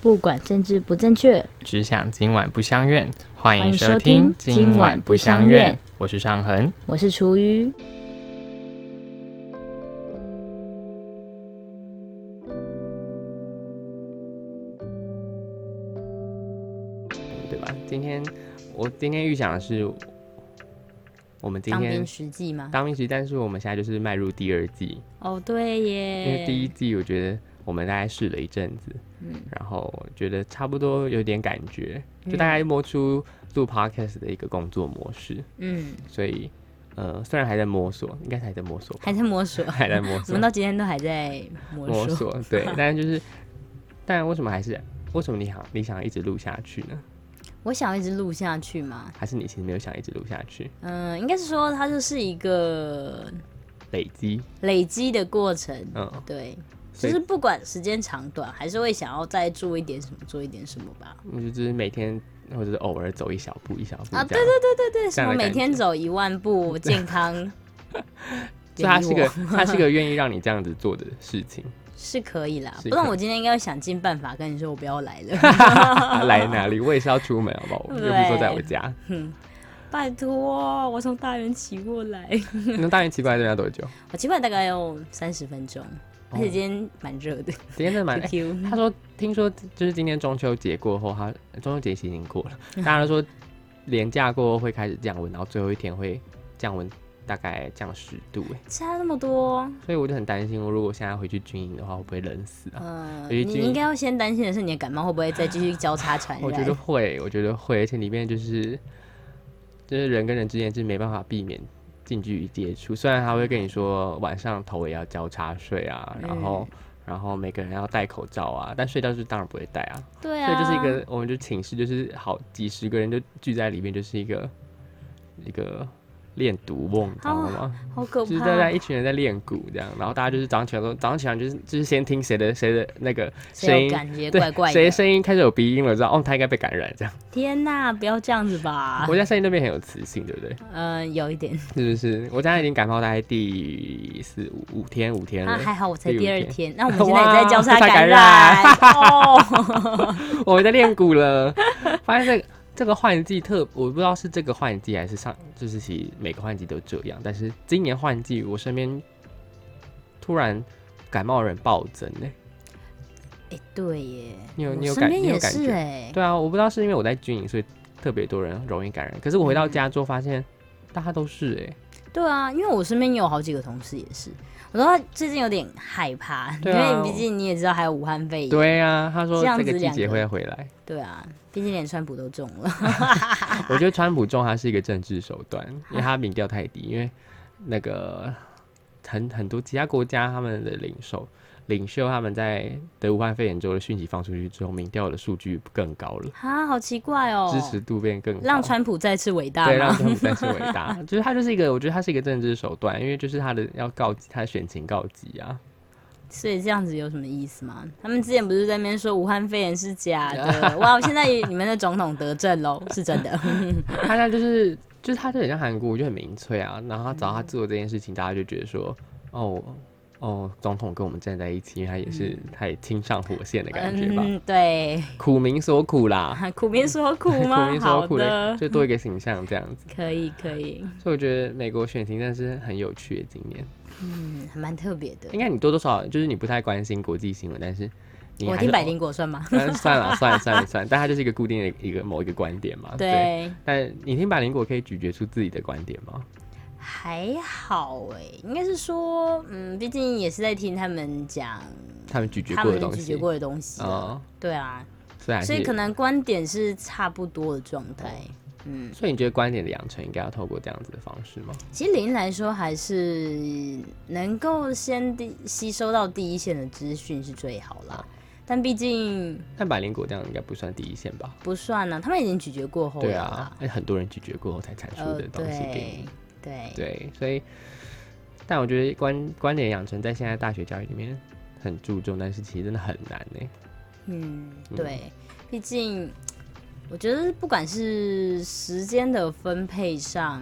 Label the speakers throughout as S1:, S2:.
S1: 不管政治不正确。
S2: 只想今晚不相怨，
S1: 欢
S2: 欢迎
S1: 迎
S2: 收
S1: 收
S2: 听
S1: 听
S2: 《
S1: 今
S2: 今晚
S1: 晚
S2: 不
S1: 不
S2: 相
S1: 相
S2: 怨
S1: 怨》，
S2: 我是尚恒。
S1: 我是厨余，
S2: 对吧？今天我今天预想的是，我们今
S3: 当
S2: 天
S3: 兵实际吗？
S2: 当兵时，但是我们现在就是迈入第二季，
S3: 哦，对耶，
S2: 因为第一季我觉得我们大概试了一阵子，
S3: 嗯
S2: 然后觉得差不多有点感觉，
S1: 嗯
S2: 就大概摸出做 podcast 的一个工作模式，
S3: 嗯，
S2: 所以呃，虽然还在摸索，应该还在摸索吧，，
S3: 还在摸索
S2: 还在摸
S3: 我
S2: 索
S3: 们，到今天都还在摸
S2: 摸
S3: 索。
S2: 索，对，但是就是，但为什么还是为什么你想你想一直录下去呢？
S3: 我想要一直录下去嘛，
S2: 还是你其实没有想一直录下去，
S3: 嗯、应该是说它就是一个
S2: 累积，
S3: 累积的过程，
S2: 嗯。
S3: 对，
S2: 所
S3: 就
S2: 以
S3: 是不管时间长短，还是会想要再做一点什么，做一点什么吧。
S2: 你就只是每天或者是偶尔走一小步一小步
S3: 啊，
S2: 这
S3: 对对
S2: 样
S3: 对对对，
S2: 这
S3: 什
S2: 样
S3: 么
S2: 的
S3: 每
S2: 感
S3: 天走一万步，健康，
S2: 所以它是个
S3: 远离
S2: 它是个愿意让你这样子做的事情，
S3: 是可以啦，
S2: 是
S3: 不然
S2: 可
S3: 我今天应该会想尽办法跟你说我不要来了。
S2: 啊来哪里我也是要出门好不好？又不是说在我家。
S3: 拜托，我从大园骑过来，
S2: 那大年奇怪这边要多久？
S3: 我骑过来大概要三十分钟，而且今天蛮热的。
S2: 今天真 的蛮。哦哎
S3: QQ，、
S2: 他说，听说就是今天中秋节过后，他中秋节其实已经过了，大家都说连假过后会开始降温，然后最后一天会降温。大概降十度哎，
S3: 差那么多，
S2: 所以我就很担心，我如果现在回去军营的话，会不会冷死啊？
S3: 嗯、
S2: 已
S3: 你
S2: 经
S3: 应该要先担心的是你的感冒会不会再继续交叉传染？
S2: 我觉得会，我觉得会，而且里面就是就是人跟人之间是没办法避免近距离接触，虽然他会跟你说晚上头也要交叉睡啊，然后、然后每个人要戴口罩啊，但睡觉是当然不会戴啊，
S3: 对
S2: 所
S3: 啊，
S2: 以就是一个我们就寝室就是好几十个人就聚在里面，就是一个一个练独梦，你知道吗？
S3: 好可
S2: 就是大家
S3: 怕，
S2: 一群人在练鼓这样，然后大家就是早上起来都早上起来就是就是先听谁的谁的那个声
S3: 谁
S2: 音
S3: 有。感觉
S2: 对
S3: 怪怪
S2: 谁
S3: 的？
S2: 的声音开始有鼻音了，知道哦，他应该被感染这样。
S3: 天哪、不要这样子吧。
S2: 我家声音那边很有磁性，对不对？
S3: 嗯、有一点，
S2: 是不是？我家已经感冒大概第四五五天五天了。
S3: 啊，还好我才
S2: 第五
S3: 第二
S2: 天
S3: 天，那我们 现在也
S2: 哇
S3: 在交叉
S2: 交叉
S3: 感
S2: 感
S3: 染
S2: 染
S3: 哦。
S2: 我们在练鼓了，发现这个这个换季特，我不知道是这个换季还是上，就是其实每个换季都这样，但是今年换季我身边突然感冒人暴增欸呢、
S3: 哎、对耶，
S2: 你有
S3: 我
S2: 你有
S3: 身
S2: 感
S3: 边
S2: 你有
S3: 也
S2: 感
S3: 是
S2: 觉
S3: 哎，
S2: 对啊，我不知道是因为我在军营，所以特别多人容易感染。可是我回到家之后发现，大家都是哎、
S3: 对啊，因为我身边有好几个同事也是，我说他最近有点害怕，
S2: 对啊
S3: 因为毕竟你也知道还有武汉肺炎，
S2: 对啊，他说
S3: 这样
S2: 这个
S3: 子
S2: 季
S3: 两
S2: 节
S3: 个
S2: 会回来。
S3: 对啊，毕竟连川普都中了，
S2: 我觉得川普中他是一个政治手段，因为
S3: 啊
S2: 他民调太低，因为那个很很多其他国家他们的领袖领袖他们在得武汉肺炎之后的讯息放出去之后，民调的数据更高了，
S3: 啊，好奇怪哦，
S2: 支持度变更高，
S3: 让川普再次伟大
S2: 对让
S3: 吗？
S2: 川普再次伟大，就是他就是一个我觉得他是一个政治手段，因为就是他的要告他的选情告急啊，
S3: 所以这样子有什么意思吗？他们之前不是在那边说武汉肺炎是假
S2: 啊
S3: 的，哇，现在你们的总统得证喽，是真的，
S2: 他那就是就是他就很像韩国，就很民粹啊。然后他找他做这件事情，大家就觉得说，哦哦，总统跟我们站在一起，因为他也是、他也亲上火线的 感觉吧，
S3: 嗯，对，
S2: 苦民所苦啦，
S3: 苦民所苦
S2: 苦
S3: 吗？
S2: 民所
S3: 好
S2: 苦的，
S3: 的，
S2: 就多一个形象这样子。
S3: 可以可以，
S2: 所以我觉得美国选情真的是很有趣的今年。
S3: 嗯，还蛮特别的。
S2: 应该你多多少少就是你不太关心国际新闻，但是你
S3: 我
S2: 还
S3: 听
S2: 是
S3: 百灵果算吗？
S2: 嗯算了算了算了算了，但它就是一个固定的一个某一个观点嘛。啊对。
S3: 对。
S2: 但你听百灵果可以咀嚼出自己的观点吗？
S3: 还好哎、应该是说，嗯，毕竟也是在听他们讲
S2: 他们咀嚼
S3: 他
S2: 过
S3: 们
S2: 的东西。
S3: 咀嚼过的东西啊、
S2: 哦
S3: 对啊，
S2: 所以还是哦
S3: 所以可能观点是差不多的状态。嗯，
S2: 所以你觉得观点的养成应该要透过这样子的方式吗？
S3: 其实理应来说，还是能够先第吸收到第一线的资讯是最好
S2: 哦
S3: 啦。但毕竟
S2: 但百灵果这样应该不算第一线吧？
S3: 不算啊呢、他们已经咀嚼过后
S2: 对
S3: 了
S2: 啊
S3: 啦。，
S2: 而且很多人咀嚼过后才产出
S3: 呃，
S2: 啊的东西给
S3: 对
S2: 你。
S3: 对，
S2: 对，所以，但我觉得观观点养成在现在大学教育里面很注重，但是其实真的很难欸呢。
S3: 嗯，对，毕竟我觉得不管是时间的分配上，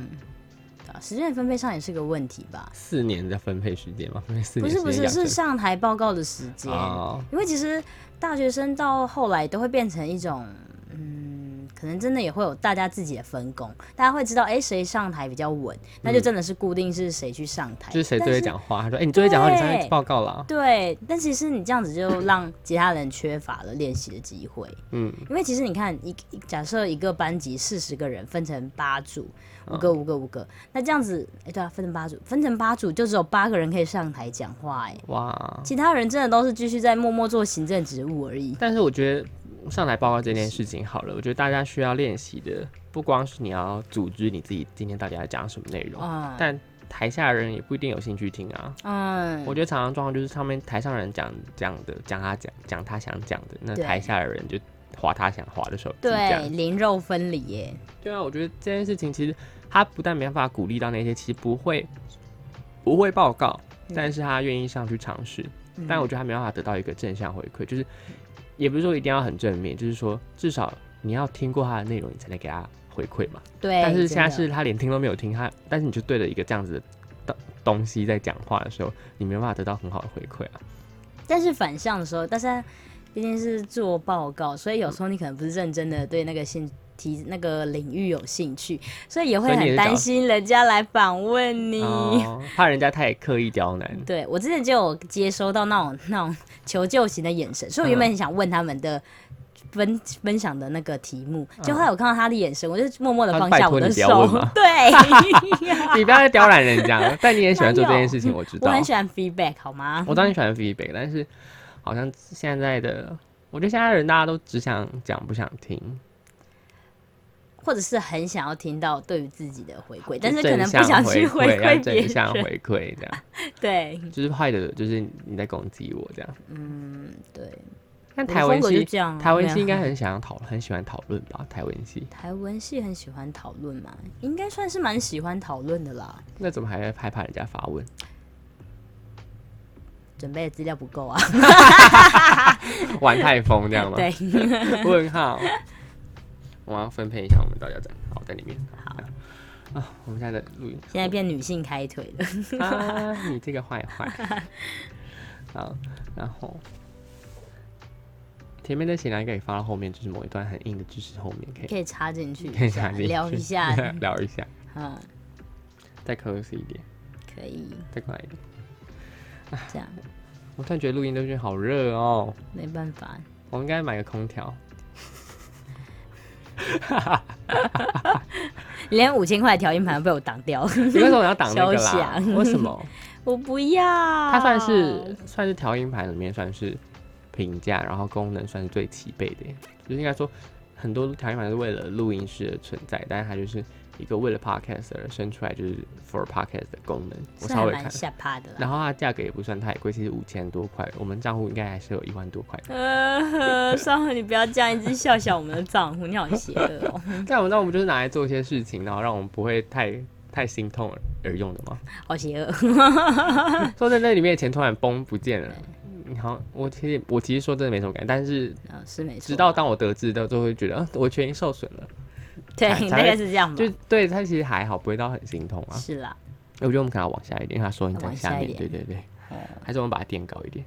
S3: 对啊，时间的分配上也是个问题吧？
S2: 四年的分配时间吗？分配四
S3: 不
S2: 年
S3: 是不
S2: 时
S3: 是，
S2: 间
S3: 是
S2: 养成
S3: 上台报告的时间。
S2: 哦，
S3: 因为其实大学生到后来都会变成一种，嗯，可能真的也会有大家自己的分工，大家会知道，哎、谁上台比较稳，那就真的是固定是谁去上台，
S2: 就是谁
S3: 但
S2: 最会讲话，他说：“哎、你最会讲话，你上去
S3: 对
S2: 报告啊啦。
S3: 对，但其实你这样子就让其他人缺乏了练习的机会，
S2: 嗯，
S3: 因为其实你看，一一假设一个班级四十个人分成八组，五
S2: 嗯
S3: 个五个五个，那这样子，哎、对啊，分成八组，分成八组就只有八个人可以上台讲话、哎，
S2: 哇！
S3: 其他人真的都是继续在默默做行政职务而已。
S2: 但是我觉得上台报告这件事情好了，我觉得大家需要练习的不光是你要组织你自己今天到底要讲什么内容，
S3: 嗯
S2: 但台下人也不一定有兴趣听啊。
S3: 嗯，
S2: 我觉得常常状况就是上面台上人讲讲的，讲他讲讲他想讲的，那
S3: 对
S2: 台下的人就划他想划的手机这样
S3: 对，零肉分离耶，
S2: 对啊，我觉得这件事情其实他不但没办法鼓励到那些其实不会不会报告，
S3: 嗯
S2: 但是他愿意上去尝试，但我觉得他没办法得到一个正向回馈，就是也不是说一定要很正面，就是说至少你要听过他的内容，你才能给他回馈嘛。
S3: 嗯对，
S2: 但是现在
S3: 哎真
S2: 是
S3: 的
S2: 他连听都没有听，他但是你就对着一个这样子的东东西在讲话的时候，你没办法得到很好的回馈啊。
S3: 但是反向的时候，但是它毕竟是做报告，所以有时候你可能不是认真的对那个兴题那个领域有兴趣，所以也会
S2: 所以
S3: 很
S2: 你也是找
S3: 担心人家来访问你。
S2: 哦，怕人家太刻意刁难。
S3: 对我之前就有接收到那种那种求救型的眼神，
S2: 嗯
S3: 所以我原本很想问他们的。分分享的那个题目，就后来我看到他的眼神，我就默默的
S2: 嗯他
S3: 放
S2: 拜
S3: 下
S2: 托
S3: 我的
S2: 你不要
S3: 手
S2: 问吗。
S3: 对，
S2: 你不要再刁难人家了，但你也喜欢做这件事情，我知
S3: 我
S2: 道。
S3: 很喜欢 feedback 好吗？
S2: 我当然喜欢 feedback，但是好像现在的，我觉得现在人大家都只想讲不想听，
S3: 或者是很想要听到对于自己的回馈，但
S2: 就是
S3: 可能不
S2: 正向
S3: 想去
S2: 回
S3: 回
S2: 要
S3: 馈别
S2: 正向
S3: 人。
S2: 回馈这样，
S3: 对，
S2: 就是坏的，就是你在攻击我这样。
S3: 嗯，对。
S2: 但
S3: 我的
S2: 台
S3: 风
S2: 文
S3: 格就
S2: 系，
S3: 这样啊，
S2: 台文系
S3: 没有
S2: 应该很想要讨，很喜欢讨论吧？台文系，
S3: 台文系很喜欢讨论嘛，应该算是蛮喜欢讨论的啦。
S2: 那怎么还害怕人家发问？
S3: 准备的资料不够啊，
S2: 玩太疯这样吗？
S3: 对，
S2: 问号。我要分配一下，我们到底要讲，好在里面。好啊，我们现在的录 音
S3: 现在变女性开腿 了。
S2: 啊，你这个坏 坏。好，然后前面的闲聊应该也放到后面，就是某一段很硬的知识后面可以
S3: 可以插进去
S2: 可以
S3: 一
S2: 拿
S3: 下，
S2: 进去
S3: 聊一 下，
S2: 聊一下，
S3: 嗯，
S2: 再 close 一点，
S3: 可以
S2: 再快一点。
S3: 这样，
S2: 我突然觉得录音都觉得好热哦，
S3: 没办法，
S2: 我应该买个 空调。
S3: 连五千块的调音盘都被我挡掉，
S2: 你为什么要挡那个
S3: 休
S2: 啦？
S3: 想
S2: 为什么？
S3: 我不要。它
S2: 它算是
S3: 啊
S2: 算是调音盘里面算是平价，然后功能算是最齐备的耶，就是应该说很多调音盘是为了录音室而存在，但是它就是一个为了 podcast 而生出来，就是 for podcast 的功能。我
S3: 是
S2: 稍
S3: 还
S2: 微
S3: 蛮
S2: 看，
S3: 吓怕的啦。
S2: 然后它价格也不算太贵，其实五千多块，我们账户应该还是有一万多块。
S3: 呃， 上回你不要这样一直笑笑我们的账户，你好邪恶 哦，
S2: 但我们那我们就是拿来做一些事情，然后让我们不会太太心痛而而用的嘛。
S3: 好邪恶。
S2: 说在那里面的钱突然崩不见了，你好，我其实我其实说真的没什么感觉，但是
S3: 啊，是没错。
S2: 直到当我得知的，就会觉得，啊、我权益受损了。
S3: 对
S2: 才，
S3: 大概是这样吧。
S2: 就对他其实还好，不会到很心痛啊。
S3: 是啦，
S2: 我觉得我们可能要往下一点，因为他说你在
S3: 往
S2: 下
S3: 下一
S2: 面，对
S3: 点哦
S2: 对对，还是我们把它垫高一点。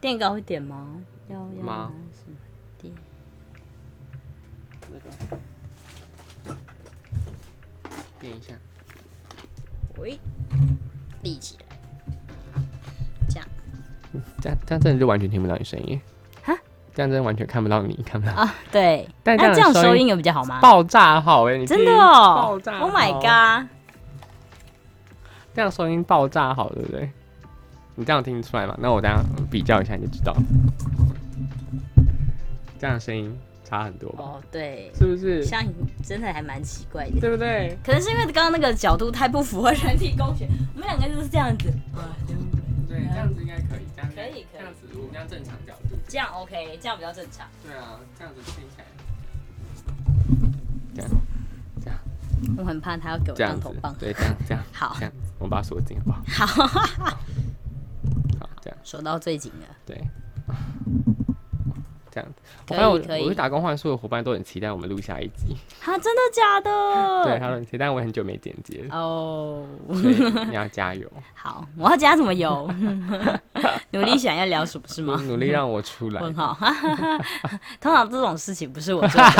S3: 垫高一点吗？要要
S2: 吗
S3: 拿什么垫？
S2: 垫一下，
S3: 喂，立起来，这样
S2: 这样这样真的就完全听不到你声音。
S3: 哈，
S2: 这样真的完全看不到你，看不到。
S3: 啊，对。
S2: 但
S3: 那
S2: 这
S3: 这
S2: 样
S3: 样
S2: 收
S3: 收
S2: 音
S3: 音有比较好吗？
S2: 爆炸好哎、你
S3: 真的
S2: 听
S3: 哦
S2: 爆炸啊
S3: ，Oh my
S2: 好
S3: god！
S2: 这样收音爆炸好，对不对？你这样听得出来吗？那我等一下比较一下你就知道，这样声音差很多吧？
S3: 哦，对，
S2: 是不是？
S3: 像你真的还蛮奇怪的。
S2: 对不对？
S3: 可能是因为刚刚那个角度太不符合人体工学，我们两个就是这样子，
S2: 对，这样子应该可以，这样
S3: 可以可以
S2: 这样子我们这样正常角度，
S3: 这样 OK，这样比较正常。
S2: 对啊，这样子听起来，这样这样
S3: 我很怕他要给我
S2: 这样
S3: 当
S2: 子
S3: 头棒，。
S2: 对，这样这样
S3: 好
S2: 这样子，我们把它锁紧好不好？
S3: 好，
S2: 好，这样
S3: 手到最紧了。
S2: 对，这样。
S3: 可
S2: 我发现
S3: 以可
S2: 我我
S3: 以
S2: 去打工换宿的伙伴都很期待我们录下一集，
S3: 啊，真的假的？
S2: 对，他们很期待，但我很久没剪接 了，
S3: 哦
S2: 所以你要加油，
S3: 好，我要加什么 油？努力想要聊什么是吗？
S2: 努力让我出来。
S3: 问号，通常这种事情不是我 做的，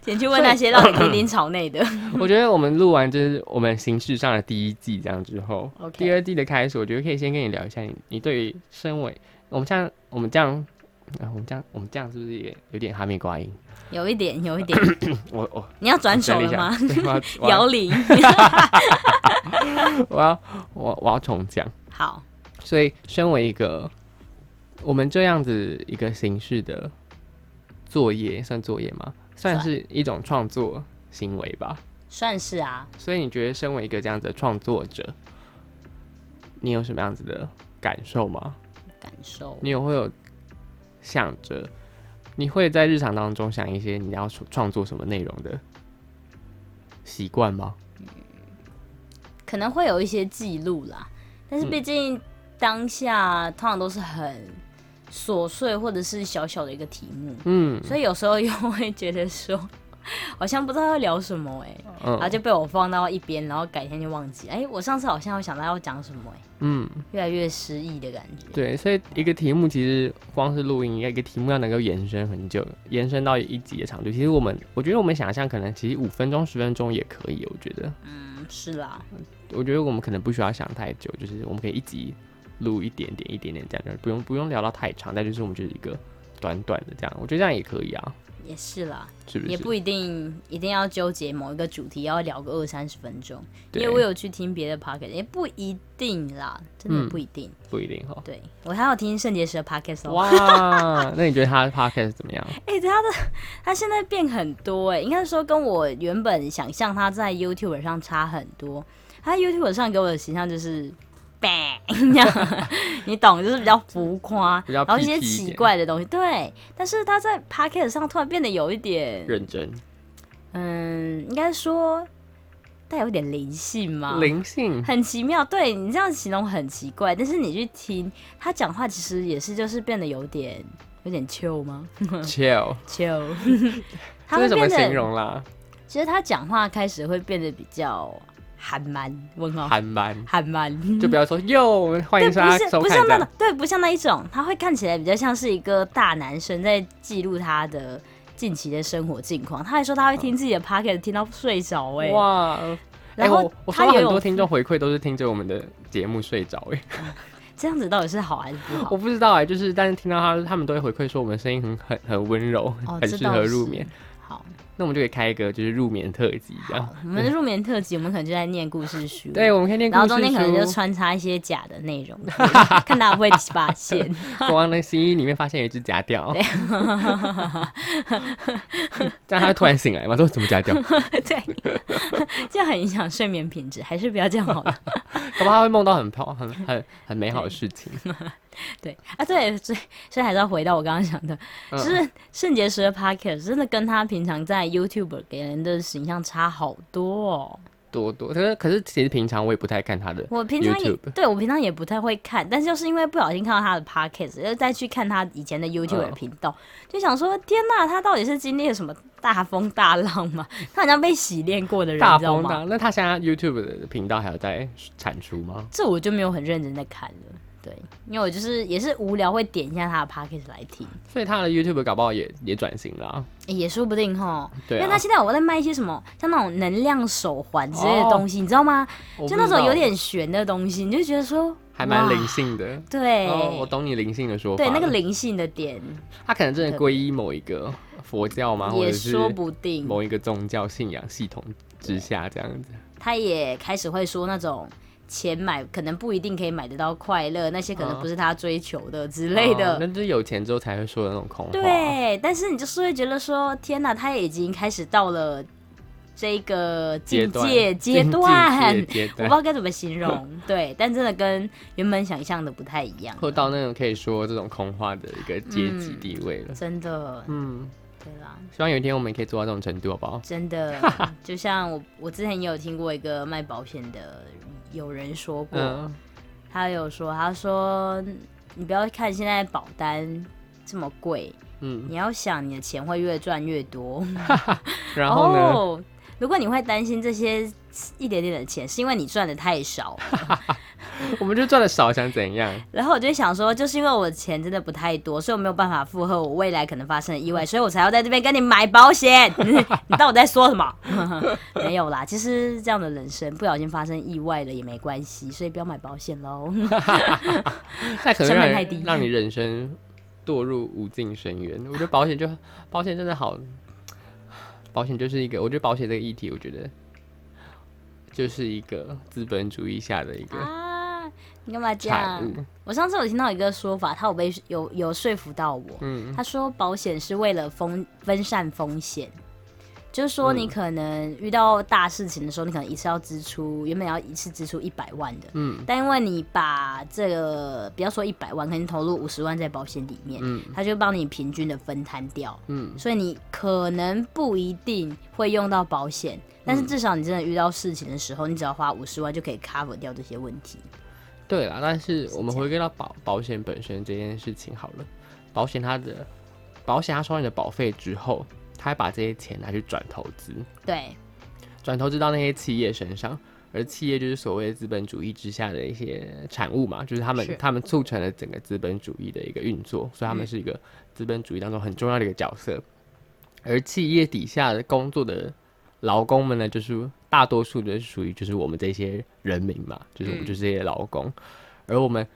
S3: 请去问那些让你叮叮吵内的。
S2: 我觉得我们录完就是我们形式上的第一季这样之后
S3: OK
S2: 第二季的开始，我觉得可以先跟你聊一下你你对于身为我们像我们这样，啊我们这样我们这样是不是也有点哈密瓜音？
S3: 有一点，有一 点，
S2: 我我
S3: 你要转手
S2: 整理一
S3: 了
S2: 下
S3: 吗？，
S2: 对我要 我
S3: 摇
S2: 要
S3: 铃，
S2: 我要我我要重讲。
S3: 好，
S2: 所以，身为一个我们这样子一个形式的作业，算作业吗？算
S3: 算
S2: 是一种创作行为吧。
S3: 算是啊。
S2: 所以，你觉得身为一个这样子的创作者，你有什么样子的感受吗？
S3: 感受
S2: 你有会有想着，你会在日常当中想一些你要创创作什么内容的习惯吗？
S3: 可能会有一些记录啦，但是
S2: 嗯
S3: 毕竟当下通常都是很琐碎或者是小小的一个题目，
S2: 嗯
S3: 所以有时候又会觉得说，好像不知道要聊什么哎、然后
S2: 嗯
S3: 就被我放到一边，然后改天就忘记。哎、我上次好像有想到要讲什么、哎，
S2: 嗯，
S3: 越来越失忆的感觉。
S2: 对，所以一个题目其实光是录音，一个题目要能够延伸很久，延伸到一集的长度。其实我们，我觉得我们想象可能其实五分钟、十分钟也可以。我觉得，
S3: 嗯，是啦，
S2: 我觉得我们可能不需要想太久，就是我们可以一集录一点点、一点点这样，就是不用不用聊到太长，但就是我们就是一个短短的这样，我觉得这样也可以啊，
S3: 也是啦，
S2: 是不是？
S3: 也不一定一定要纠结某一个主题，要聊个二三十分钟。因
S2: 对，
S3: 为我有去听别的 p o c k e t 也不一定啦，真的
S2: 嗯
S3: 不一定。
S2: 不一定哈。
S3: 对我还有听圣结石的 p o c k e t 哦，
S2: 哇，那你觉得他的 podcast 怎么样？
S3: 哎、他的他现在变很多哎、应该是说跟我原本想象他在 YouTube 上差很多。他 YouTube 上给我的形象就是。bang 这样你懂，就是比较浮夸，
S2: 比较
S3: 然后一
S2: 痞痞
S3: 些
S2: 一点
S3: 奇怪的东西。对，但是他在 p o c k e t 上突然变得有一点，
S2: 认 真、
S3: 嗯，应该说带有点灵性嘛，
S2: 灵 性，
S3: 很奇妙。对你这样形容很奇怪，但是你去听他讲话，其实也是就是变得有点有点 chill 吗
S2: chill，
S3: ？chill，他会
S2: 这是怎么
S3: 变
S2: 形
S3: 得，
S2: 容啊啦？
S3: 其实他讲话开始会变得比较韩蛮，问号
S2: 韩版。
S3: 韩蛮。
S2: 就不要说哟，欢
S3: 对，
S2: 迎
S3: 不
S2: 大家
S3: 是
S2: 收
S3: 不
S2: 看
S3: 像
S2: 这
S3: 那种
S2: 样。，
S3: 对，不像那一种，他会看起来比较像是一个大男生在记录他的近期的生活近况。他还说他会听自己的 p o c k e t 听到睡着、欸，
S2: 哇！哎、
S3: 然后
S2: 我我
S3: 他
S2: 收到
S3: 也
S2: 很
S3: 有
S2: 多听众回馈都是听着我们的节目睡着哎、
S3: 这样子到底是好还是不好
S2: 我？不知道哎、就是但是听到他他们都会回馈说我们声音很很很温柔，
S3: 哦，
S2: 很
S3: 这
S2: 适
S3: 倒
S2: 合
S3: 是
S2: 入眠。。
S3: 好，
S2: 那我们就可以开一个就是入眠特辑这样
S3: 好。，我们的入眠特辑，我们可能就在念故事书，
S2: 对，，我们可以念
S3: 然
S2: 故
S3: 后
S2: 事
S3: 中间可能就
S2: 书。
S3: 穿插一些假的内容，看大家会不会发现。
S2: 国王的新衣里面发现有一只假掉， 这样他会突然醒来嘛？说怎么假掉？ 搞
S3: 对，这样很影响睡眠品质，还是不要这样 好了。
S2: 不好他会梦到很泡很很很美好的事 情。
S3: 对啊，对，所以所以还是要回到我刚刚讲的，
S2: 嗯
S3: 就是圣结石的 podcast 真的跟他平常在 YouTube 给人的形象差好多哦。
S2: 多多，可是可是其实平常我也不太看他的，
S3: 我平常也
S2: YouTube
S3: 对我平常也不太会看，但就是因为不小心看到他的 podcast，又再去看他以前的 YouTube 的
S2: 嗯
S3: 频道，就想说天呐，他到底是经历了什么大风大浪吗？他好像被洗练过的人，
S2: 大
S3: 你知道
S2: 风
S3: 吗？
S2: 大。那他现在 YouTube 的频道还有在产出吗？
S3: 这我就没有很认真在看了。对，因为我就是也是无聊会点一下他的 podcast 来听，
S2: 所以他的 YouTube 搞不好也也转型了啊、
S3: 诶也说不定哈。
S2: 对
S3: 因
S2: 啊
S3: 为他现在我在卖一些什么像那种能量手环之类的
S2: 哦
S3: 东西，你知道吗？
S2: 我不
S3: 就
S2: 知
S3: 那种有
S2: 道
S3: 点悬的东西，你就觉得说
S2: 还蛮
S3: 哇
S2: 灵性的。
S3: 对，
S2: 哦，我懂你灵性的说法
S3: 对
S2: 了。
S3: 那个灵性的点
S2: 他可能真的皈依某一个佛教吗？或
S3: 也
S2: 者是
S3: 说不定。
S2: 某一个宗教信仰系统之下这样子。
S3: 他也开始会说那种钱买可能不一定可以买得到快乐，那些可能
S2: 嗯
S3: 不是他追求的之类的。
S2: 哦那就是有钱之后才会说的那种空话。，
S3: 对，但是你就是会觉得说，天哪，他也已经开始到了这个
S2: 阶
S3: 境
S2: 段
S3: 界阶
S2: 境
S3: 段，
S2: 界阶
S3: 我不知
S2: 段，
S3: 道该怎么形容。对，但真的跟原本想象的不太一样，
S2: 或到那种可以说这种空话的一个阶级
S3: 嗯
S2: 地位了。
S3: 真的，
S2: 嗯，
S3: 对啦。
S2: 希望有一天我们也可以做到这种程度，好不好？
S3: 真 的，就像我我之前也有听过一个卖保险的有人说过，
S2: 嗯，
S3: 他有说，他说你不要看现在保单这么贵，
S2: 嗯，
S3: 你要想你的钱会越赚越多。
S2: 然后呢？
S3: 哦如果你会担心这些一点点的钱，是因为你赚的太少 了。
S2: 我们就赚的少，想怎样？
S3: 然后我就想说，就是因为我的钱真的不太多，所以我没有办法负荷我未来可能发生的 意外，所以我才要在这边跟你买保险。 你到底在说什么？ 没有啦，其实这样的人生不小心发生意外了也没关系，所以不要买保险 喽。
S2: 那可能
S3: 成
S2: 让
S3: 本太低
S2: 人让你人生堕入无尽深渊。我觉得保险就保险真的好，保险就是一个，我觉得保险这个议题，我觉得就是一个资本主义下的一个
S3: 啊，你干嘛这
S2: 产
S3: 样？
S2: 物。
S3: 我上次有听到一个说法，他有被有有说服到我。
S2: 嗯，
S3: 他说保险是为了风分散风险，就是说
S2: 嗯
S3: 你可能遇到大事情的时候，你可能一次要支出，原本要一次支出一百万的，
S2: 嗯，
S3: 但因为你把这个不要说一百万，可能投入五十万在保险里面，
S2: 嗯
S3: 他就帮你平均的分摊掉，
S2: 嗯
S3: 所以你可能不一定会用到保险。但
S2: 嗯
S3: 是至少你真的遇到事情的时候，你只要花五十万就可以 cover 掉这些问题。
S2: 对啦，但是我们回归到保保险本身这件事情好了，保险它的保险它收到你的保费之后，它会把这些钱拿去转投资，
S3: 对，
S2: 转投资到那些企业身上，而企业就是所谓资本主义之下的一些产物嘛，就是他们
S3: 是
S2: 他们促成了整个资本主义的一个运作，所以他们
S3: 嗯
S2: 是一个资本主义当中很重要的一个角色。而企业底下的工作的劳工们呢，就是大多数的是属于就是我们这些人民嘛，就是我们
S3: 嗯
S2: 就是这些劳工，而我们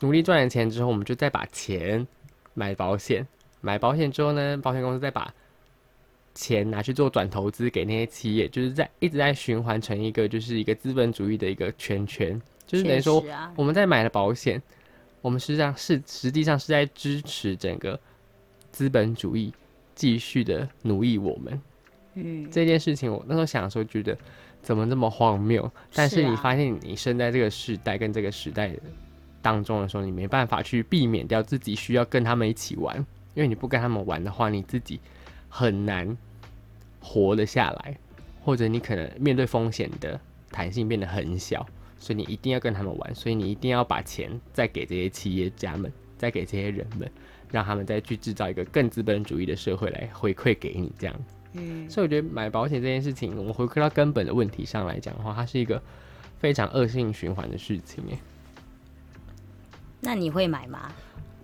S2: 努力赚了钱之后，我们就再把钱买保险，买保险之后呢，保险公司再把钱拿去做转投资给那些企业，就是在一直在循环成一个就是一个资本主义的一个圈圈，就是等于说
S3: 确实啊，
S2: 我们在买了保险，我们实际上是实际上是在支持整个资本主义继续的奴役我们
S3: 嗯，
S2: 这件事情。我那时候想的时候觉得怎么那么荒谬，但
S3: 是
S2: 是
S3: 啊
S2: 你发现你生在这个时代跟这个时代的当中的时候，你没办法去避免掉自己需要跟他们一起玩，因为你不跟他们玩的话，你自己很难活得下来，或者你可能面对风险的弹性变得很小，所以你一定要跟他们玩，所以你一定要把钱再给这些企业家们，再给这些人们，让他们再去制造一个更资本主义的社会来回馈给你，这样。
S3: 嗯，
S2: 所以我觉得买保险这件事情，我们回归到根本的问题上来讲的话，它是一个非常恶性循环的事情。哎，
S3: 那你会买吗？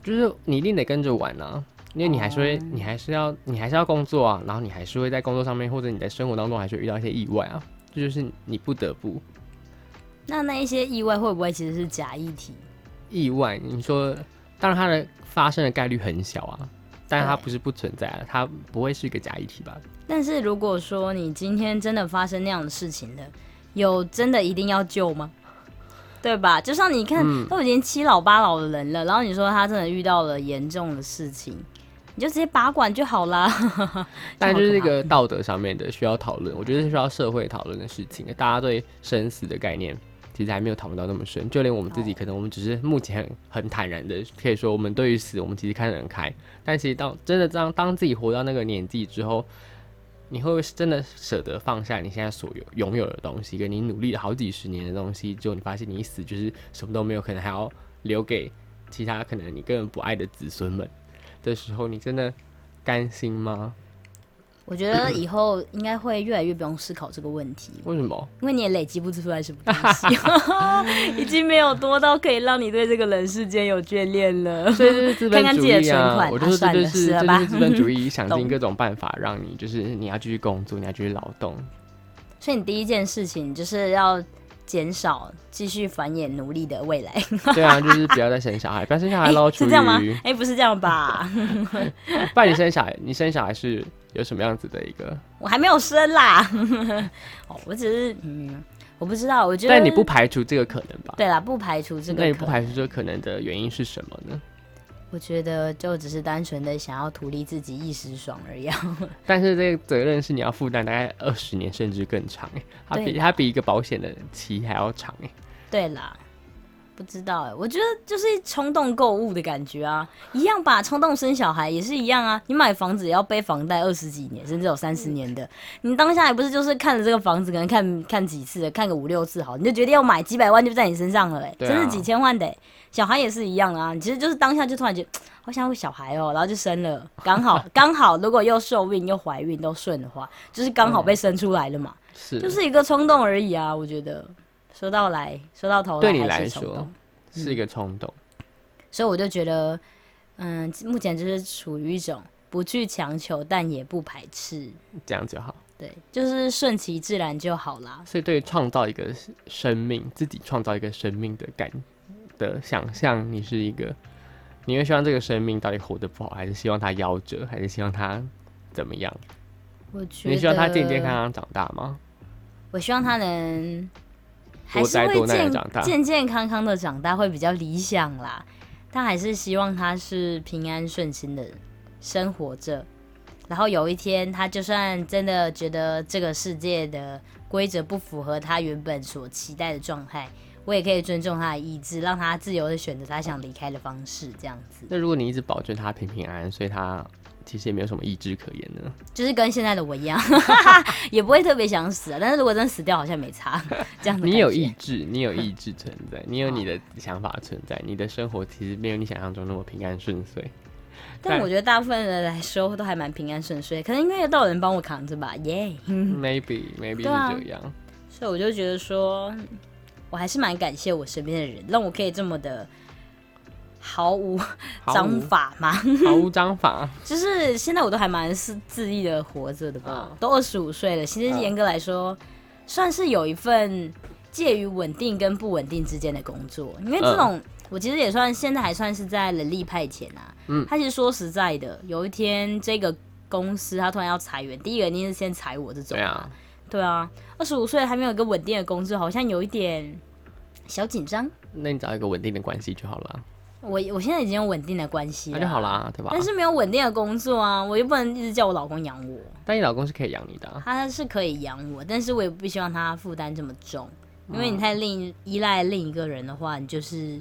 S2: 就是你一定得跟着玩啊，因为你还是会，你还是要，你还是要工作啊，然后你还是会在工作上面或者你在生活当中还是会遇到一些意外啊，这就是你不得不
S3: 那那一些意外会不会其实是假议题？
S2: 意外。你说，当然它的发生的概率很小啊，但是它
S3: 对
S2: 不是不存在啊，它不会是一个假议题吧？
S3: 但是如果说你今天真的发生那样的事情了，有真的一定要救吗？对吧？就像你看，
S2: 嗯
S3: 都已经七老八老的人了，然后你说他真的遇到了严重的事情，你就直接拔管就好啦。
S2: 但就是这个道德上面的需要讨论，我觉得是需要社会讨论的事情。大家对生死的概念其实还没有讨论到那么深，就连我们自己，可能我们只是目前很很坦然的可以说，我们对于死我们其实看得很开。但其实当真的当当自己活到那个年纪之后，你会不会真的舍得放下你现在所有拥有的东西，跟你努力了好几十年的东西，之后你发现你一死就是什么都没有，可能还要留给其他可能你根本不爱的子孙们的时候，你真的甘心吗？
S3: 我觉得以后应该会越来越不用思考这个问题，
S2: 为什么？
S3: 因为你也累积不出来什么东 西，已 经没有多到可以让你对这个人世间有眷恋了。
S2: 所以这就是资本
S3: 看看
S2: 主
S3: 自己的
S2: 义
S3: 存
S2: 啊！
S3: 款
S2: 我
S3: 啊
S2: 就说这
S3: 算
S2: 就
S3: 了
S2: 是
S3: 死了
S2: 这就
S3: 吧
S2: 是资本主义想尽
S3: 懂
S2: 各种办法让你，就是你要继续工作，你要继续劳动。
S3: 所以你第一件事情就是要减少继续繁衍奴隶的未来，
S2: 对啊，就是不要再生小孩，不要生小孩
S3: 哎
S2: 喽，
S3: 是
S2: 处
S3: 这样吗
S2: 于？
S3: 哎、不是这样吧？
S2: 不然你生小孩，你生小孩是有什么样子的一个？
S3: 我还没有生啦， 哦，我只是嗯，我不知道，我觉得
S2: 但你不排除这个可能吧？
S3: 对啦，不排除这
S2: 那你
S3: 个
S2: 不
S3: 可
S2: 排除这个可能的原因是什么呢？
S3: 我觉得就只是单纯的想要图利自己一时爽而已啊。
S2: 但是这个责任是你要负担大概二十年甚至更长、欸，它
S3: 对
S2: 比它比一个保险的期还要长、欸，
S3: 对啦，不知道哎、我觉得就是冲动购物的感觉啊，一样吧，冲动生小孩也是一样啊。你买房子也要背房贷二十几年，甚至有三十年的，你当下还不是就是看了这个房子，可能看看几次了，看个五六次好，你就决定要买几百万就在你身上了哎、
S2: 对啊
S3: 真是几千万的、欸。小孩也是一样啊，你其实就是当下就突然觉得好想要个小孩哦，然后就生了，刚好 刚好如果又受孕又怀孕都顺的话，就是刚好被生出来了嘛，
S2: 是
S3: 就是一个冲动而已啊。我觉得说到来说到头
S2: 对你
S3: 还
S2: 来
S3: 是冲
S2: 说
S3: 动，
S2: 是一个冲动，
S3: 所以我就觉得，嗯，目前就是处于一种不去强求但也不排斥，
S2: 这样就好。
S3: 对，就是顺其自然就好啦。
S2: 所以对于创造一个生命，自己创造一个生命的感的想象，你是一个，你会希望这个生命到底活得不好，还是希望它夭折，还是希望它怎么样？
S3: 我觉得
S2: 你希望它健健康康长大吗？
S3: 我希望他能还
S2: 多
S3: 是
S2: 灾
S3: 会
S2: 多难
S3: 健
S2: 的长大
S3: 健健康康的长大会比较理想啦。但还是希望他是平安顺心的生活着，然后有一天他就算真的觉得这个世界的规则不符合他原本所期待的状态，我也可以尊重他的意志，让他自由的选择他想离开的方式，这样 子
S2: 那如果你一直保证它平平安安，所以它其实也没有什么意志可言呢？
S3: 就是跟现在的我一 样，也不会特别想死啊。但是如果真死掉，好像没差，这样的
S2: 你有
S3: 感觉
S2: 意志，你有意志存在，你有你的想法存在，你的生活其实没有你想象中那么平安顺遂。
S3: 但
S2: 但
S3: 我觉得大部分人来说都还蛮平安顺遂，可能因为都有人帮我扛着吧，耶、
S2: Maybe
S3: 嗯
S2: maybe 是
S3: 对啊
S2: 这样，
S3: 所以我就觉得说，我还是蛮感谢我身边的人，让我可以这么的毫无
S2: 毫无
S3: 章法嘛。
S2: 毫无章法。
S3: 就是现在我都还蛮是自立的活着的吧，
S2: 嗯
S3: 都二十五岁了，其实
S2: 嗯
S3: 严格来说，算是有一份介于稳定跟不稳定之间的工作，因为这种、我其实也算现在还算是在人力派遣啊。
S2: 嗯
S3: 他其实说实在的，有一天这个公司他突然要裁员，第一个一定是先裁我这种
S2: 对啊，
S3: 对啊，二十五岁还没有一个稳定的工作，好像有一点小紧张。
S2: 那你找一个稳定的关系就好了啊，
S3: 我我现在已经有稳定的关系
S2: 那
S3: 了，
S2: 就好啦，对吧？
S3: 但是没有稳定的工作啊，我又不能一直叫我老公养我。
S2: 但你老公是可以养你的、啊，
S3: 他是可以养我，但是我也不希望他负担这么重，
S2: 嗯
S3: 因为你太另依赖另一个人的话，你就是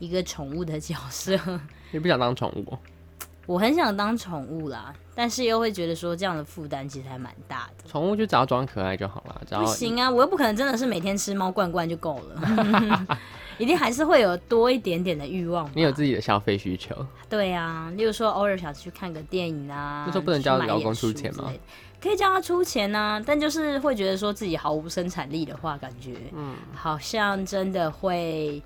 S3: 一个宠物的角色。
S2: 你不想当宠物，
S3: 我很想当宠物啦，但是又会觉得说这样的负担其实还蛮大的。
S2: 宠物就只要装可爱就好了，只要
S3: 不行啊，我又不可能真的是每天吃猫罐罐就够了， 一定还是会有多一点点的欲望吧。
S2: 你有自己的消费需求，
S3: 对啊，例如说偶尔想去看个电影啊，
S2: 那时候不能叫
S3: 去买
S2: 老公
S3: 演出
S2: 出钱
S3: 之
S2: 吗
S3: 类的？可以叫他出钱啊，但就是会觉得说自己毫无生产力的话，感觉嗯，好像真的会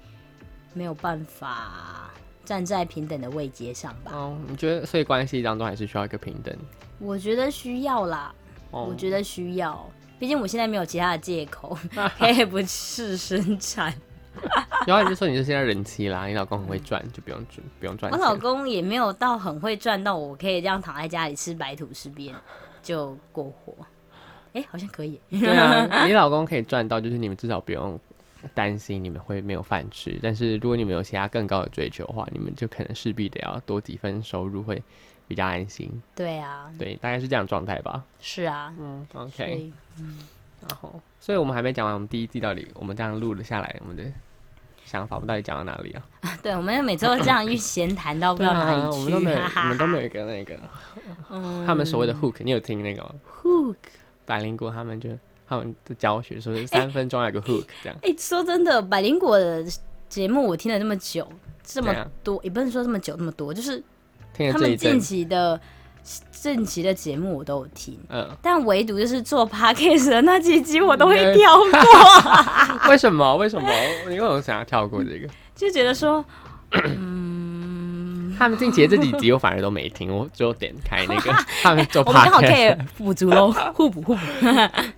S3: 没有办法站在平等的位阶上吧。
S2: 哦，你觉得所以关系当中还是需要一个平等，
S3: 我觉得需要啦，
S2: 哦，
S3: 我觉得需要，毕竟我现在没有其他的借 口可以不是生产。
S2: 然后你就说你是现在人妻啦，你老公很会赚，就不用赚，不用赚
S3: 嗯我
S2: 钱。
S3: 老公也没有到很会赚到我可以这样躺在家里吃白吐司边就过活。哎、好像可以。
S2: 对啊，你老公可以赚到，就是你们至少不用担心你们会没有饭吃。但是如果你们有其他更高的追求的话，你们就可能势必得要多几分收入，会比较安心。
S3: 对啊，
S2: 对，大概是这样的状态吧。
S3: 是啊，
S2: 嗯
S3: 所
S2: ，OK。
S3: 以
S2: 然后，所以我们还没讲完，我们第一季到底我们这样录了下来，我们的想法，我们到底讲到哪里啊？
S3: 对，我们每周这样一闲谈到不知道哪里去，
S2: 啊，我们都没有，
S3: 哈
S2: 我
S3: 哈
S2: 们都没有一个那个
S3: 嗯
S2: 他们所谓的 hook，你有听那个吗？
S3: hook。
S2: 百灵果他们就他们的教学说是三分钟有个 hook 这样。
S3: 哎、说真的，百灵果的节目我听了这么久，这么
S2: 对啊
S3: 多，也不能说这么久那么多，就是
S2: 听了
S3: 他
S2: 这
S3: 们
S2: 一阵
S3: 近，期的近期的节目我都有听。
S2: 嗯，
S3: 但唯独就是做 podcast 的那几集，我都会跳 过，
S2: 为什么？为什么？你为什么想要跳过这个？
S3: 就觉得 说，嗯，
S2: 他们近期的这几集我反而都没听，我只有点开那 个他们做
S3: 我们刚好可
S2: podcast，
S3: 以补足喽，互补互补。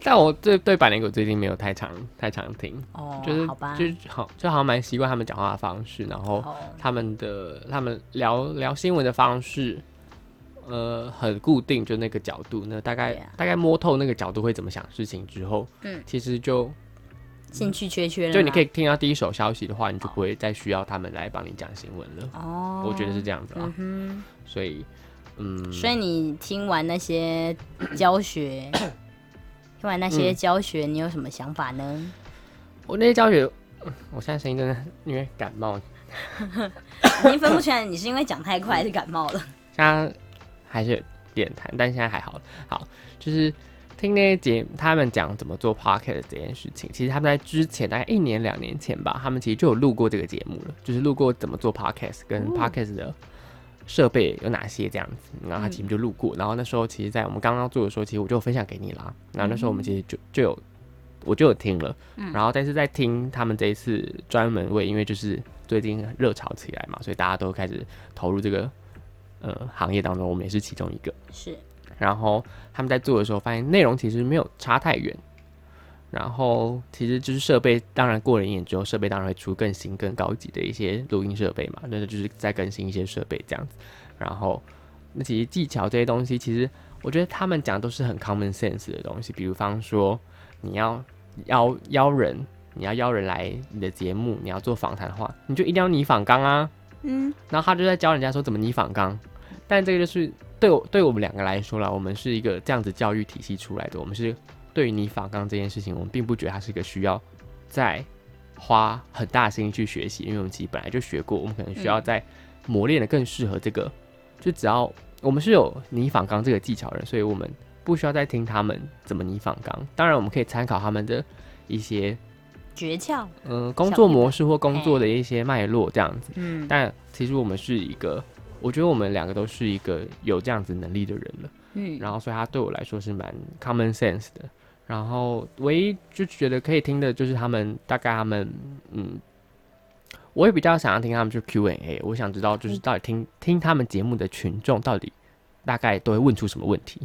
S2: 但我对对百灵果最近没有太常太常听，
S3: 哦，
S2: 就是
S3: 好吧，
S2: 就是好就好像蛮习惯他们讲话的方式，然后
S3: 哦
S2: 他们的他们聊聊新闻的方式。呃，很固定，就那个角度，那大概、
S3: 对啊
S2: 大概摸透那个角度会怎么想事情之后，
S3: 嗯
S2: 其实就
S3: 兴趣缺缺了吗，
S2: 就你可以听到第一手消息的话，你就不会再需要他们来帮你讲新闻了。
S3: 哦，
S2: 我觉得是这样子啊
S3: 嗯，哼。
S2: 所以，嗯，
S3: 所以你听完那些教 学，听完那些教学，你有什么想法呢？
S2: 我那些教学，嗯我现在声音真的因为感冒，
S3: 已经分不出来，你是因为讲太快还是感冒了？
S2: 现在还是有点痰，但现在还好。好，就是听那些节他们讲怎么做 pocket 这件事情，其实他们在之前大概一年两年前吧，他们其实就有录过这个节目了，就是录过怎么做 pocket 跟 pocket 的设备有哪些这样子，然后他其实就录过，然后那时候其实，在我们刚刚做的时候，其实我就有分享给你啦，然后那时候我们其实就就有我就有听了，然后但是在听他们这一次专门为，因为就是最近热潮起来嘛，所以大家都开始投入这个呃行业当中，我们也是其中一个。
S3: 是
S2: 然后他们在做的时候，发现内容其实没有差太远。然后其实就是设备，当然过了一年之后，设备当然会出更新、更高级的一些录音设备嘛，那就是在更新一些设备这样子。然后那其实技巧这些东西，其实我觉得他们讲都是很 common sense 的东西，比如方说你要邀邀人，你要邀人来你的节目，你要做访谈的话，你就一定要拟仿纲啊。嗯，然后他就在教人家说怎么拟仿纲，但这个就是对我对我们两个来说啦，我们是一个这样子教育体系出来的，我们是对于你反纲这件事情，我们并不觉得它是一个需要再花很大心去学习，因为我们自己本来就学过，我们可能需要再磨练的更适合这个。就只要我们是有拟仿纲这个技巧的，所以我们不需要再听他们怎么拟仿纲。当然，我们可以参考他们的一些
S3: 诀窍，
S2: 嗯、呃工
S3: 小
S2: 作
S3: 技巧
S2: 模式或工作的一些脉络这样子。
S3: 嗯，
S2: 但其实我们是一个，我觉得我们两个都是一个有这样子能力的人了。
S3: 嗯
S2: 然后所以他对我来说是蛮 common sense 的。然后唯一就觉得可以听的就是他们大概他们嗯，我也比较想要听他们去 Q&A，我想知道
S3: 嗯
S2: 就是到底听听他们节目的群众到底大概都会问出什么问题。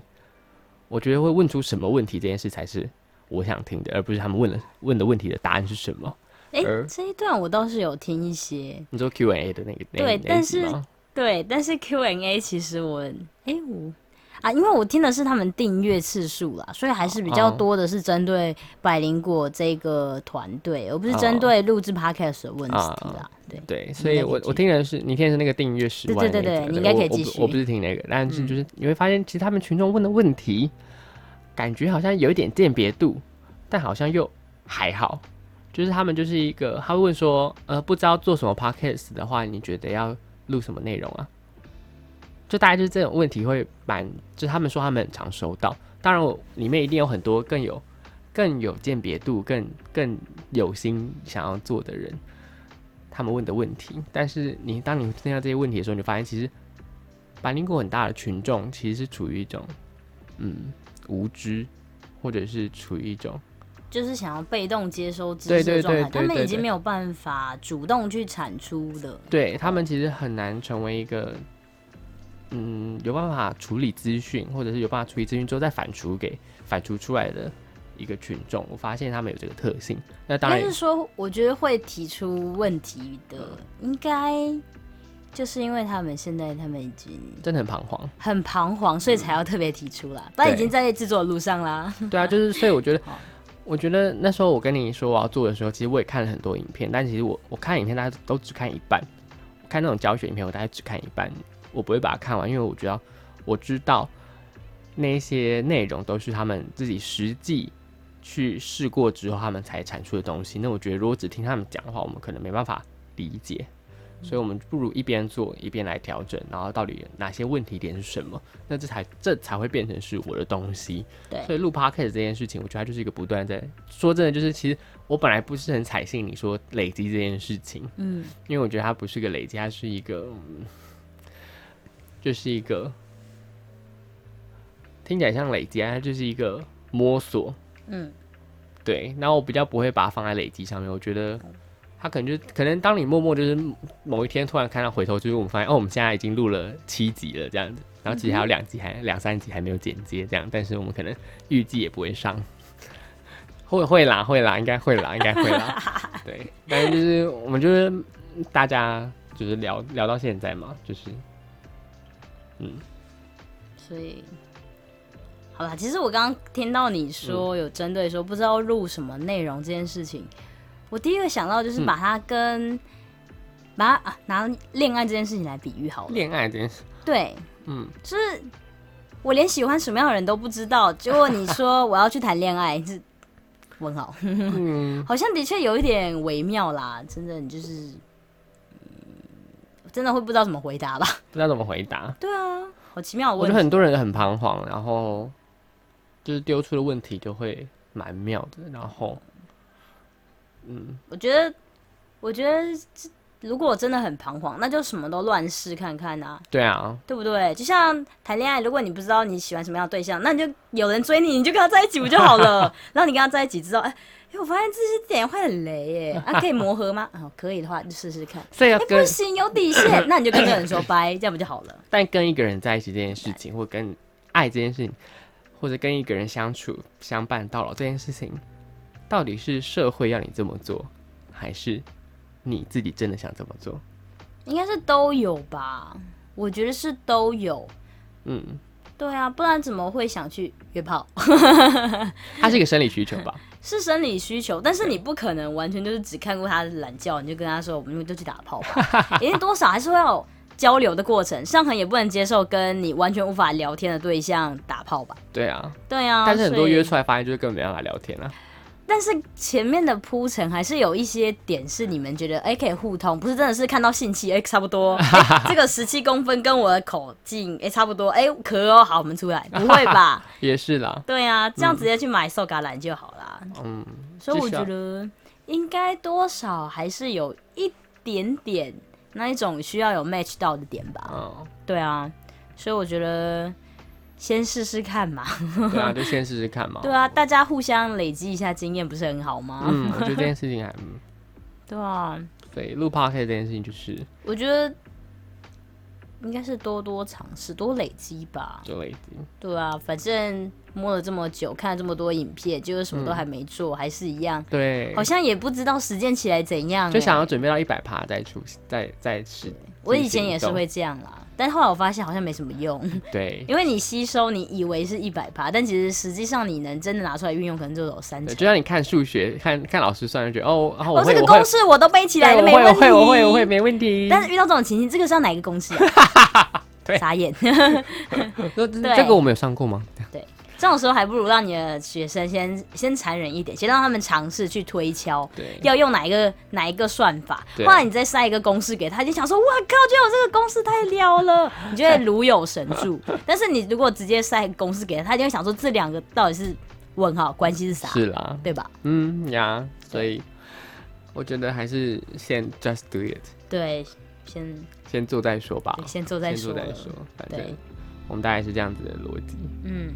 S2: 我觉得会问出什么问题这件事才是我想听的，而不是他们问了问的问题的答案是什么。
S3: 哎、
S2: 而
S3: 这一段我倒是有听一些，
S2: 你说 Q&A 的那个那
S3: 对
S2: 那一
S3: 但
S2: 集
S3: 是
S2: 吗
S3: 对，但是 Q&A 其实我，哎、我啊，因为我听的是他们订阅次数啦，所以还是比较
S2: 哦
S3: 多的是针对百灵果这个团队，而不是针
S2: 哦
S3: 对录制 podcast 的问题啦。对，
S2: 对，所以
S3: 应该可以
S2: 我
S3: 继续
S2: 我听的是你听的是那个订阅十万
S3: 对对对对
S2: 那一集
S3: 你应该可以
S2: 我
S3: 继
S2: 我
S3: 续嗯
S2: 不我不是听那个，但是就是你会发现，其实他们群众问的问题，感觉好像有一点鉴别度，但好像又还好。就是他们就是一个，他会问说，呃，不知道做什么 podcast 的话，你觉得要录什么内容啊？就大概就是这种问题会蛮，就是他们说他们很常收到，当然我里面一定有很多更有更有鉴别度、更更有心想要做的人，他们问的问题。但是你当你听到这些问题的时候，你就发现其实白灵果很大的群众其实是处于一种嗯无知，或者是处于一种
S3: 就是想要被动接收知
S2: 对
S3: 识的
S2: 对
S3: 状态，
S2: 对
S3: 他
S2: 对
S3: 们
S2: 对
S3: 已经
S2: 对
S3: 没有办法主动去产出的。
S2: 对他们其实很难成为一个。嗯，有办法处理资讯，或者是有办法处理资讯之后再反刍给反刍出来的一个群众，我发现他们有这个特性。那当然
S3: 但是说，我觉得会提出问题的，
S2: 嗯
S3: 应该就是因为他们现在他们已经
S2: 真的很彷徨。
S3: 很彷徨，所以才要特别提出啦。但已经在制作的路上啦。
S2: 对啊，就是嗯所以我觉得
S3: 好，
S2: 我觉得那时候我跟你说我要做的时候，其实我也看了很多影片，但其实我我看影片大家都只看一半，看那种教学影片我大概只看一半，我不会把它看完，因为我觉得我知道那一些内容都是他们自己实际去试过之后他们才产出的东西。那我觉得如果只听他们讲的话，我们可能没办法理解。所以，我们不如一边做一边来调整，然后到底哪些问题点是什么，那这才这才会变成是我的东西。
S3: 对
S2: 所以录 podcast 这件事情，我觉得它就是一个不断在说真的，就是其实我本来不是很采信你说累积这件事情，
S3: 嗯，
S2: 因为我觉得它不是个累积，它是一个，嗯就是一个听起来像累积，它就是一个摸索。
S3: 嗯，
S2: 对。然后我比较不会把它放在累积上面，我觉得它可能就可能当你默默就是某一天突然看到回头，就是我们发现哦，我们现在已经录了七集了这样子，然后其实还有两集还两三集还没有剪接这样，但是我们可能预计也不会上。会会啦，会啦，应该会啦，应该会啦。对，但是就是我们就是大家就是聊聊到现在嘛，就是
S3: 所以。好啦，其实我刚刚听到你说
S2: 嗯
S3: 有针对说不知道录什么内容这件事情，我第一个想到就是
S2: 嗯
S3: 把它跟、把它啊拿恋爱这件事情来比喻好了。
S2: 恋爱这件事，
S3: 对，
S2: 嗯，
S3: 就是我连喜欢什么样的人都不知道，结果你说我要去谈恋爱，这问号，
S2: 嗯，
S3: 好像的确有一点微妙啦。真的，你就是、嗯、真的会不知道怎么回答吧？
S2: 不知道怎么回答。
S3: 对啊，好奇妙的
S2: 我
S3: 问
S2: 觉
S3: 题。
S2: 得很多人很彷徨，然后就是丢出的问题就会蛮妙的。然后，嗯，
S3: 我觉得，我觉得这如果我真的很彷徨，那就什么都乱试看看啊，
S2: 对啊，
S3: 对不对？就像谈恋爱，如果你不知道你喜欢什么样的对象，那你就有人追你，你就跟他在一起不就好了？然后你跟他在一起之后，哎、哎，我发现这些点会很雷耶，啊，可以磨合吗？哦，可以的话就试试看。
S2: 所以要
S3: 哎、
S2: 跟
S3: 不行，有底线，那你就跟这个人说拜，这样不就好了？
S2: 但跟一个人在一起这件事情，或跟爱这件事情，或者跟一个人相处相伴到老这件事情，到底是社会要你这么做，还是你自己真的想这么做？
S3: 应该是都有吧，我觉得是都有。
S2: 嗯，
S3: 对啊，不然怎么会想去约炮？
S2: 它是一个生理需求吧？
S3: 是生理需求，但是你不可能完全就是只看过他的懒觉，你就跟他说我们就去打炮 吧，一定多少还是会有交流的过程。上恒也不能接受跟你完全无法聊天的对象打炮吧？
S2: 对啊，
S3: 对啊，
S2: 但是很多
S3: 所以
S2: 约出来发现就是根本没办法聊天啊。
S3: 但是前面的铺陈还是有一些点是你们觉得哎、可以互通，不是真的是看到性器哎、差不多，哎这个十七公分跟我的口径哎、差不多哎、可哦好我们出来，不会 吧？
S2: 也是啦，
S3: 对啊，这样直接去买瘦嘎懒就好啦。
S2: 嗯，
S3: 所以我
S2: 至
S3: 觉
S2: 少
S3: 得应该多少还是有一点点那一种需要有 match 到的点吧。
S2: 哦，
S3: 对啊，所以我觉得先试试看嘛。
S2: 对啊，就先试试看嘛。
S3: 对啊，大家互相累积一下经验，不是很好吗？
S2: 嗯，我觉得这件事情还，嗯
S3: 对啊，
S2: 对，录 p o d 这件事情就是
S3: 我觉得应该是多多尝试，多累积吧。
S2: 就已经，
S3: 对啊，反正摸了这么久，看了这么多影片，就是什么
S2: 嗯
S3: 都还没做，还是一样，
S2: 对
S3: 好，像也不知道实践起来怎样欸、
S2: 就想要准备到一百趴再出，再再试。
S3: 我以前也是会这样啦，但后来我发现好像没什么用，
S2: 对，
S3: 因为你吸收你以为是一百趴，但其实实际上你能真的拿出来运用，可能就有三成。
S2: 对，就像你看数学，看看老师算，就觉得哦，然后
S3: 哦，
S2: 我
S3: 这
S2: 会，
S3: 个
S2: 我会
S3: 公，式我都背起来
S2: 对，
S3: 了，
S2: 我
S3: 没
S2: 会，我
S3: 问题。
S2: 会，我会，我会，没问题。
S3: 但是遇到这种情形，这个是要哪一个公式啊？
S2: 对
S3: 傻眼。
S2: 这这
S3: 对
S2: 这个我们有上过吗？
S3: 这种时候还不如让你的学生先先残忍一点，先让他们尝试去推敲。
S2: 对，
S3: 要用哪一个哪一个算法，后
S2: 对
S3: 来你再塞一个公式给他，就想说，哇靠，就有这个公式太撩了，你就会如有神 助。但是你如果直接塞一个公式给他，他就会想说这两个到底是问号关系是啥，
S2: 是啦，
S3: 对吧？
S2: 嗯呀，所以我觉得还是先 just do it，
S3: 对，先
S2: 先做再说吧
S3: 对，先做再
S2: 先
S3: 说
S2: 做
S3: 了，
S2: 再说，反
S3: 对
S2: 正我们大概是这样子的逻辑。
S3: 嗯，